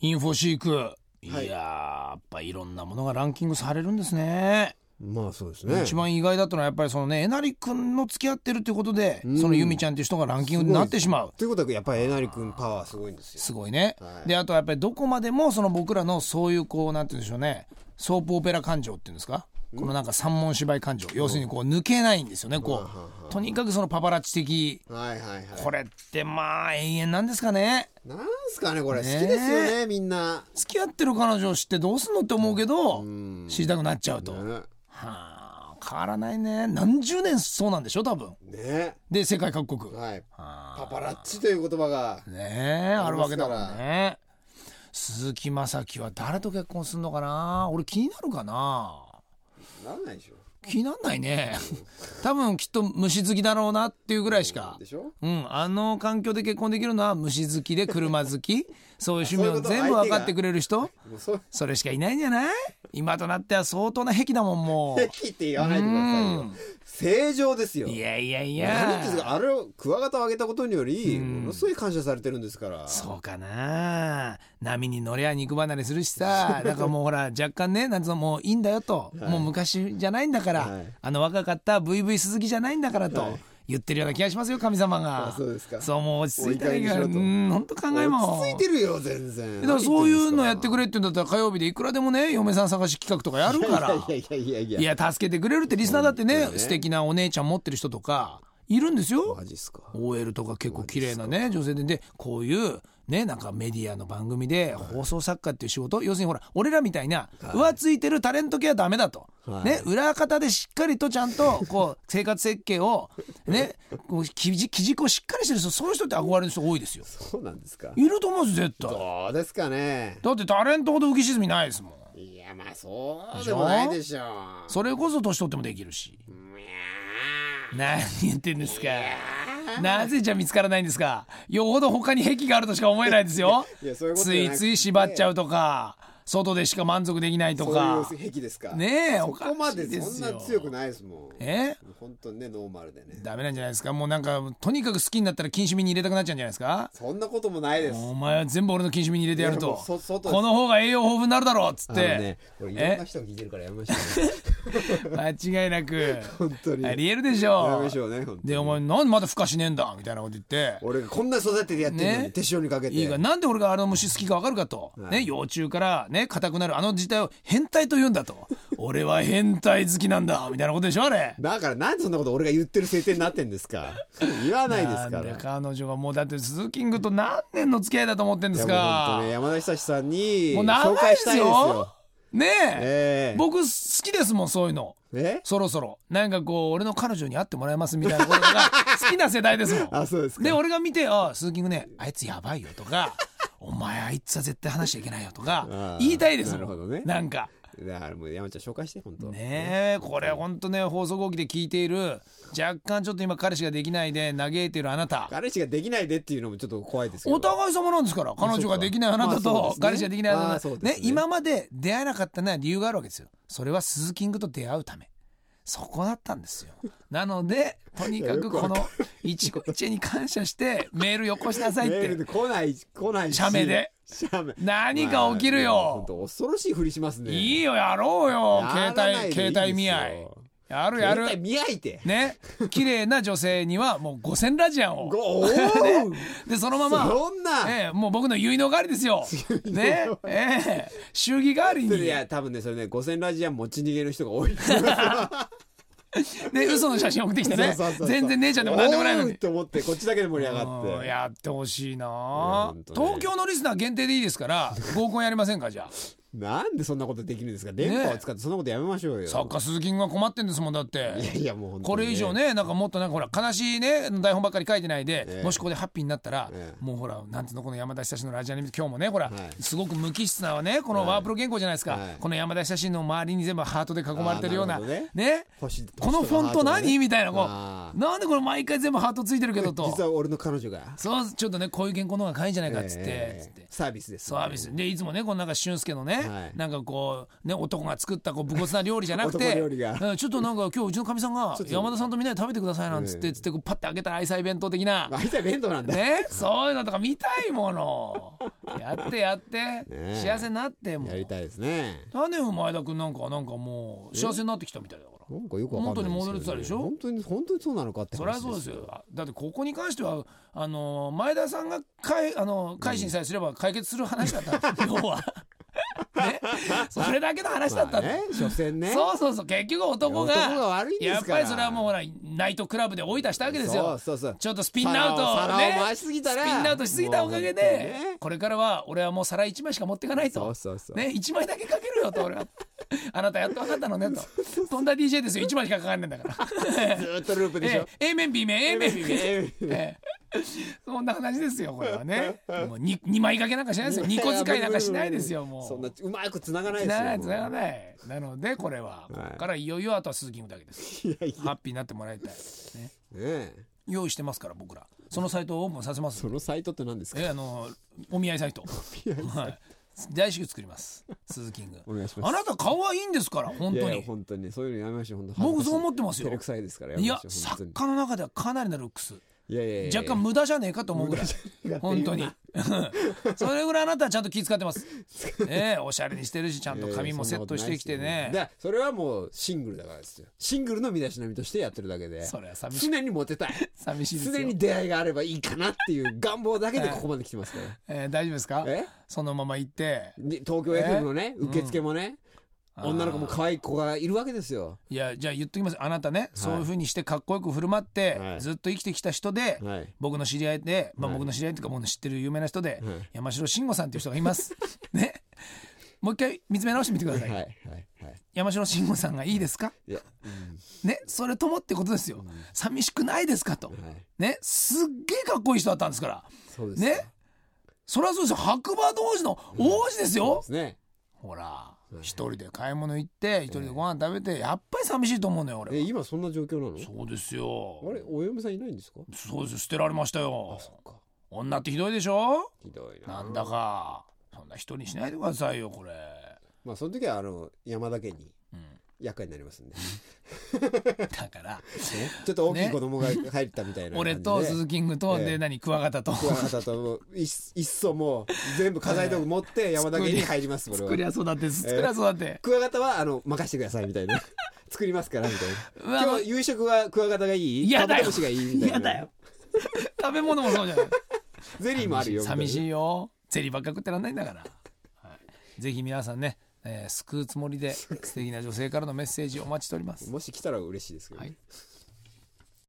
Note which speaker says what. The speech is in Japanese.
Speaker 1: インフォシークいやーやっぱいろんなものがランキングされるんですね
Speaker 2: まあそうですね
Speaker 1: 一番意外だったのはやっぱりそのねえなり君の付き合ってるってことで、
Speaker 2: うん
Speaker 1: その由美ちゃんっていう人がランキングになってしまう
Speaker 2: ということはやっぱりえなり君パワーすごいんですよ
Speaker 1: すごいね、
Speaker 2: はい
Speaker 1: であとはやっぱりどこまでもその僕らのそういうこうなんて言うんでしょうねソープオペラ感情っていうんですかこのなんか三文芝居感情要するにこう抜けないんですよねこうとにかくそのパパラッチ的
Speaker 2: はいはいはい
Speaker 1: これってまあ永遠なんですかね
Speaker 2: なんすかねこれ好
Speaker 1: ねえ
Speaker 2: きですよねみんな
Speaker 1: 付き合ってる彼女を知ってどうすんのって思うけど
Speaker 2: ん
Speaker 1: 知りたくなっちゃうとは
Speaker 2: ね
Speaker 1: あ変わらないね何十年そうなんでしょ多分
Speaker 2: ね
Speaker 1: で世界各国
Speaker 2: はい
Speaker 1: は
Speaker 2: パパラッチという言葉が
Speaker 1: あねえあるわけだも
Speaker 2: あり
Speaker 1: ん
Speaker 2: ます
Speaker 1: ね鈴木雅樹は誰と結婚するのかな俺気になるかな
Speaker 2: なんないでしょ
Speaker 1: 気になんないね多分きっと虫好きだろうなっていうぐらいしか
Speaker 2: でしょ
Speaker 1: うん、あの環境で結婚できるのは虫好きで車好きそういう趣味
Speaker 2: あそういう
Speaker 1: を
Speaker 2: こと
Speaker 1: 全部分かってくれる人
Speaker 2: もうそう
Speaker 1: それしかいないんじゃない今となっては相当な癖だもんも う
Speaker 2: 敵って言わないでくださいよ正常ですよ
Speaker 1: いやいやい
Speaker 2: 何
Speaker 1: や
Speaker 2: ですかあれをクワガタをあげたことによりものすごい感謝されてるんですから
Speaker 1: そうかな波に乗りゃ肉離れするし さだからもうほら若干ねなんつうのもういいんだよと、もう昔じゃないんだから、
Speaker 2: はい
Speaker 1: あの若かった VV 鈴木じゃないんだからと、言ってるような気がしますよ神様が
Speaker 2: あそうですか
Speaker 1: そうもう落ち着いたらいいから
Speaker 2: お
Speaker 1: う
Speaker 2: 怒りにしろ
Speaker 1: ん
Speaker 2: と
Speaker 1: 本当考えも
Speaker 2: 落ち着いてるよ全然
Speaker 1: だからそういうのやって
Speaker 2: く
Speaker 1: くれって言うんだったら火曜日でいくらでもね嫁さん探し企画とかやるから
Speaker 2: いやいやいやいや
Speaker 1: いや助けてくれるってリスナーだってね
Speaker 2: 当だね
Speaker 1: 素敵なお姉ちゃん持ってる人とかいるんですよ
Speaker 2: マジっすか
Speaker 1: OL とか結構綺麗なね女性ででこういうねなんかメディアの番組で放送作家っていう仕事要するにほら俺らみたいな浮ついてるタレント系はダメだと、
Speaker 2: はい
Speaker 1: ね裏方でしっかりとちゃんとこう生活設計をねこう基軸基軸をしっかりしてる人そういう人って憧れる人多いですよ
Speaker 2: そうなんですか
Speaker 1: いると思うんです絶対
Speaker 2: どうですかね
Speaker 1: だってタレントほど浮き沈みないですもん
Speaker 2: いやまあそうでもないでしょう
Speaker 1: それこそ年取ってもできるし何言ってんですかなぜじゃ見つからないんですかよほど他に癖があるとしか思えないですよ
Speaker 2: いやそういうこと
Speaker 1: つ
Speaker 2: じゃ
Speaker 1: い
Speaker 2: なくて
Speaker 1: つい縛っちゃうとか外でしか満足できないとか
Speaker 2: そういう癖ですか
Speaker 1: ねえ
Speaker 2: そ
Speaker 1: おか
Speaker 2: こま
Speaker 1: しい
Speaker 2: で
Speaker 1: です
Speaker 2: そん
Speaker 1: よ
Speaker 2: な強くないですもん
Speaker 1: え
Speaker 2: 本当にねノーマルでね
Speaker 1: ダメなんじゃないですかもうなんかとにかく好きになったら禁止身に入れたくなっちゃうんじゃないですか
Speaker 2: そんなこともないです
Speaker 1: お前は全部俺の禁止身に入れてやる
Speaker 2: いや
Speaker 1: と
Speaker 2: もうそ外です
Speaker 1: この方が栄養豊富になるだろうっつっ
Speaker 2: あの
Speaker 1: て
Speaker 2: ねこれいろんな人が聞いてるからやめましょうね
Speaker 1: 間違いなく
Speaker 2: 本当に
Speaker 1: あ
Speaker 2: や
Speaker 1: りえるでしょ
Speaker 2: めましょうね本当に
Speaker 1: でお前なんでまだ孵化しねえんだみたいなこと言って
Speaker 2: 俺がこんな育ててやってるの
Speaker 1: ね
Speaker 2: に手塩にかけて
Speaker 1: いいかなんで俺があの虫好きか分かるかと、ね、幼虫からね硬くなるあの事態を変態と言うんだと 俺は変態好きなんだみたいなことでしょあれ
Speaker 2: だからなんでそんなこと俺が言ってる設定になってんですか言わないで
Speaker 1: な
Speaker 2: すか
Speaker 1: んで
Speaker 2: ら
Speaker 1: 彼女がもうだって鈴キングと何年の付き合いだと思ってんです
Speaker 2: いやもう本
Speaker 1: か
Speaker 2: 当ね山田久志さんに
Speaker 1: もう長
Speaker 2: 紹
Speaker 1: いで
Speaker 2: 介
Speaker 1: すよ
Speaker 2: したいですよ
Speaker 1: ねえ、
Speaker 2: ええ
Speaker 1: 僕好きですもんそういうの
Speaker 2: え
Speaker 1: そろそろなんかこう俺の彼女に会ってもらえますみたいな ことが好きな世代ですもん
Speaker 2: あそうですか
Speaker 1: で俺が見て「あ鈴木君ねあいつやばいよ」とか「お前あいつは絶対話しちゃいけないよ」とか
Speaker 2: あー
Speaker 1: 言いたいですもん
Speaker 2: なるほどね
Speaker 1: なんか
Speaker 2: だからもう山ちゃん紹介して本当
Speaker 1: ねえこれほんとね放送後期で聞いている若干ちょっと今彼氏ができないで嘆いているあなた
Speaker 2: 彼氏ができないでっていうのもちょっと怖いですけど
Speaker 1: お互い様なんですから彼女ができないあなた
Speaker 2: まあそうで
Speaker 1: と
Speaker 2: すね
Speaker 1: 彼氏ができないあ
Speaker 2: ま
Speaker 1: な
Speaker 2: あ
Speaker 1: た
Speaker 2: そうですね
Speaker 1: ね今まで出会えなかったのは理由があるわけですよそれは鈴キングと出会うためそこだったんです よなのでとにかくこの一期一会に感謝してメールよこしなさいっ
Speaker 2: メール
Speaker 1: て
Speaker 2: で来ない来ないし
Speaker 1: 写メで
Speaker 2: 写メ
Speaker 1: 何か起きる
Speaker 2: まあ本
Speaker 1: よ
Speaker 2: 当恐ろしいふりしますね
Speaker 1: いいよやろうよ携
Speaker 2: やらない
Speaker 1: 帯
Speaker 2: でいいですよ
Speaker 1: 携帯見合いやるや
Speaker 2: 絶
Speaker 1: る
Speaker 2: 対見合いて
Speaker 1: ね綺麗な女性にはもう五千ラジアンを
Speaker 2: ごお ー
Speaker 1: でそのまま、
Speaker 2: そんな
Speaker 1: ええ、もう僕の結納代わり ですよねええ祝儀代わりに
Speaker 2: それいや多分ねそれね五千ラジアン持ち逃げの人が多い全
Speaker 1: で嘘の写真送ってきてね全然姉ちゃんでも何でもないのに
Speaker 2: と思ってこっちだけで盛り上がっ
Speaker 1: うん
Speaker 2: て
Speaker 1: やってほしい
Speaker 2: や
Speaker 1: な
Speaker 2: 本当ね
Speaker 1: 東京のリスナー限定でいいです から合コンやりませんかじゃあ
Speaker 2: なんでそんなことできるんですか電波を使ってそんなことやめましょうよ
Speaker 1: 作家鈴木君が困ってんですもんだって
Speaker 2: いやいやもう本当に
Speaker 1: これ以上ねなんかもっとなんかほら悲しいね台本ばっかり書いてないで、もしここでハッピーになったら、
Speaker 2: ええ
Speaker 1: もうほらなんていうのこの山田久志のラジオに今日もねほら、
Speaker 2: い
Speaker 1: すごく無機質なねこのワープロ原稿じゃないですか、
Speaker 2: はい
Speaker 1: この山田久志の周りに全部ハートで囲まれてるような
Speaker 2: あーなる
Speaker 1: ね
Speaker 2: ほど星星
Speaker 1: このフォント
Speaker 2: とハー
Speaker 1: 何
Speaker 2: ね
Speaker 1: みたいなこ
Speaker 2: あ
Speaker 1: うなんでこれ毎回全部ハートついてるけど
Speaker 2: ー実
Speaker 1: と
Speaker 2: は俺の彼女が
Speaker 1: そうちょっとねこういう原稿の方が可愛いんじゃないかっつって、
Speaker 2: え
Speaker 1: つって
Speaker 2: えサービスです
Speaker 1: サービスでいつもねこのなんか俊介のね、ね、
Speaker 2: はい
Speaker 1: なんかこうね男が作ったこう武骨な料理じゃなくて
Speaker 2: 男料理が
Speaker 1: うんちょっとなんか今日うちのかみさんが
Speaker 2: ちょっと
Speaker 1: 山田さんとみんなで食べてくださいなんつって、
Speaker 2: ええ
Speaker 1: つってこうパッて開けたら愛妻弁当的 な
Speaker 2: あいつは弁当なんだ。
Speaker 1: ねそういうのとか見たいものやってやって、
Speaker 2: え
Speaker 1: 幸せになっても
Speaker 2: やり
Speaker 1: う
Speaker 2: たいですね。
Speaker 1: 何年も前田君なんかなんかもう幸せになってきたみたいだから
Speaker 2: なんかよくわかんないですけどね
Speaker 1: 本当に戻れてたでしょ
Speaker 2: 本当に本当にそうなのかって
Speaker 1: そりゃ
Speaker 2: 話
Speaker 1: そうですよあだってここに関してはあの前田さんがかいあの改心さえすれば解決する話だったんです要 はねそれだけの話だった
Speaker 2: ま
Speaker 1: んだ、
Speaker 2: あね、所詮ね。
Speaker 1: そうそうそう結局男が
Speaker 2: 男が悪いんですから
Speaker 1: やっぱりそれはもうほらナイトクラブで追い出したわけですよ
Speaker 2: そうそうそう。
Speaker 1: ちょっとスピンアウトを
Speaker 2: 皿を
Speaker 1: ね
Speaker 2: 皿を回しすぎたら
Speaker 1: スピンアウトしすぎたおかげで、
Speaker 2: もう本当にね
Speaker 1: これからは俺はもう皿1枚しか持っていかないと
Speaker 2: そうそうそう
Speaker 1: ね、1枚だけかけるよと俺はあなたやっと分かったのねと飛んだ DJ ですよ1枚しかかかんないんだから
Speaker 2: ずーっとループでし
Speaker 1: え
Speaker 2: ょ。
Speaker 1: え A 面 B 面 A 面 B 面
Speaker 2: ええ
Speaker 1: ええそんな話ですよこれはねもう 2, 二枚掛けなんかしないですよ2個使いなんかしないですよもう
Speaker 2: そんなうまく繋がない
Speaker 1: つ
Speaker 2: で
Speaker 1: な
Speaker 2: すよ。
Speaker 1: がないつながないなのでこれは、ここからいよいよあとは鈴木君だけです
Speaker 2: いやい
Speaker 1: ハッピーになってもらいたい、ね、
Speaker 2: や。ねえ。
Speaker 1: 用意してますから僕らそのサイトをオープンさせます
Speaker 2: そのサイトって何ですか。
Speaker 1: えあのお見合いサイトはい大至急作ります鈴キング
Speaker 2: お願いします
Speaker 1: あなた顔はいいんですから本
Speaker 2: い
Speaker 1: 当
Speaker 2: やいや
Speaker 1: に
Speaker 2: 本当にそういうのやめましょう本当
Speaker 1: 僕そう思ってますよ
Speaker 2: 照れくさいですからや
Speaker 1: い
Speaker 2: め
Speaker 1: や
Speaker 2: ましょう
Speaker 1: 作家の中ではかなりなルックス
Speaker 2: いやいやいや
Speaker 1: 若 干無駄じゃねえかと思うぐらい本当に それぐらいあなたはちゃんと気遣って ますええおしゃれにしてるしちゃんと髪もセットしてきて
Speaker 2: いやい
Speaker 1: ね
Speaker 2: やそんなことないですよだからそれはもうシングルだからですよシングルの身だしなみとしてやってるだけで
Speaker 1: それは寂しい
Speaker 2: 常にモテたい
Speaker 1: 寂しいです
Speaker 2: 常
Speaker 1: よ
Speaker 2: に出会いがあればいいかなっていう願望だけでここまで来てますから
Speaker 1: ええ大丈夫ですか
Speaker 2: え
Speaker 1: そのまま行って
Speaker 2: で東京 FM のね受付もね
Speaker 1: うん
Speaker 2: 女の子も可愛い子がいるわけですよ
Speaker 1: いやじゃあ言っときますあなたねそういう風にしてかっこよく振る舞って
Speaker 2: はい
Speaker 1: ずっと生きてきた人で
Speaker 2: はい
Speaker 1: 僕の知り合いで、まあ、
Speaker 2: はい
Speaker 1: 僕の知り合いというか僕の知ってる有名な人で、
Speaker 2: はい
Speaker 1: 山城慎吾さんという人がいます。 ね。もう一回見つめ直してみてくだ
Speaker 2: はい
Speaker 1: さい。
Speaker 2: はいはい
Speaker 1: 山城慎吾さんがいいですか
Speaker 2: いや
Speaker 1: ね。それともってことですよ。寂しくないですかと
Speaker 2: う。んはい
Speaker 1: ね。すっげえかっこいい人だったんですから。
Speaker 2: そうです
Speaker 1: ね。そりゃそうですよ。白馬同士の王子です
Speaker 2: そう
Speaker 1: よ
Speaker 2: で。すね
Speaker 1: ほら。一人で買い物行って、一人でご飯食べて、やっぱり寂しいと思うのよ、
Speaker 2: え
Speaker 1: 俺は。
Speaker 2: 今そんな状況なの
Speaker 1: そうです
Speaker 2: あれ
Speaker 1: よ。
Speaker 2: お嫁さんいないんですか
Speaker 1: そうですよ。捨てられましたよ
Speaker 2: あ。そっか
Speaker 1: 女ってひどいでしょ
Speaker 2: ひどい
Speaker 1: な
Speaker 2: な
Speaker 1: んだかそんな人にしないでくださいよこれ
Speaker 2: まあその時はあの山田家に
Speaker 1: うん
Speaker 2: 厄介になりますんで
Speaker 1: だから
Speaker 2: ちょっと大き
Speaker 1: ね
Speaker 2: い子供が入ったみたいな感じで
Speaker 1: 俺と鈴キングと
Speaker 2: ええ
Speaker 1: で何クワガタと
Speaker 2: クワガタともういっいっそもう全部家財道具持って山田家に入りますこ
Speaker 1: 作り
Speaker 2: れ
Speaker 1: ゃ
Speaker 2: は
Speaker 1: 育て作りゃ育て
Speaker 2: クワガタはあの任せてくださいみた いな作りますからみたいな
Speaker 1: うわ
Speaker 2: 今日夕食はクワガタがいい
Speaker 1: 嫌だよ
Speaker 2: カブトムシがいいみたいな
Speaker 1: 嫌だよ食べ物もそうじゃない
Speaker 2: ゼリーもあるよみたいな
Speaker 1: 寂しいよゼリーばっか食ってらんないんだから、はい、ぜひ皆さんね、 えー救うつもりで素敵な女性からのメッセージお待ちしております
Speaker 2: もし来たら嬉しいですけど、
Speaker 1: はい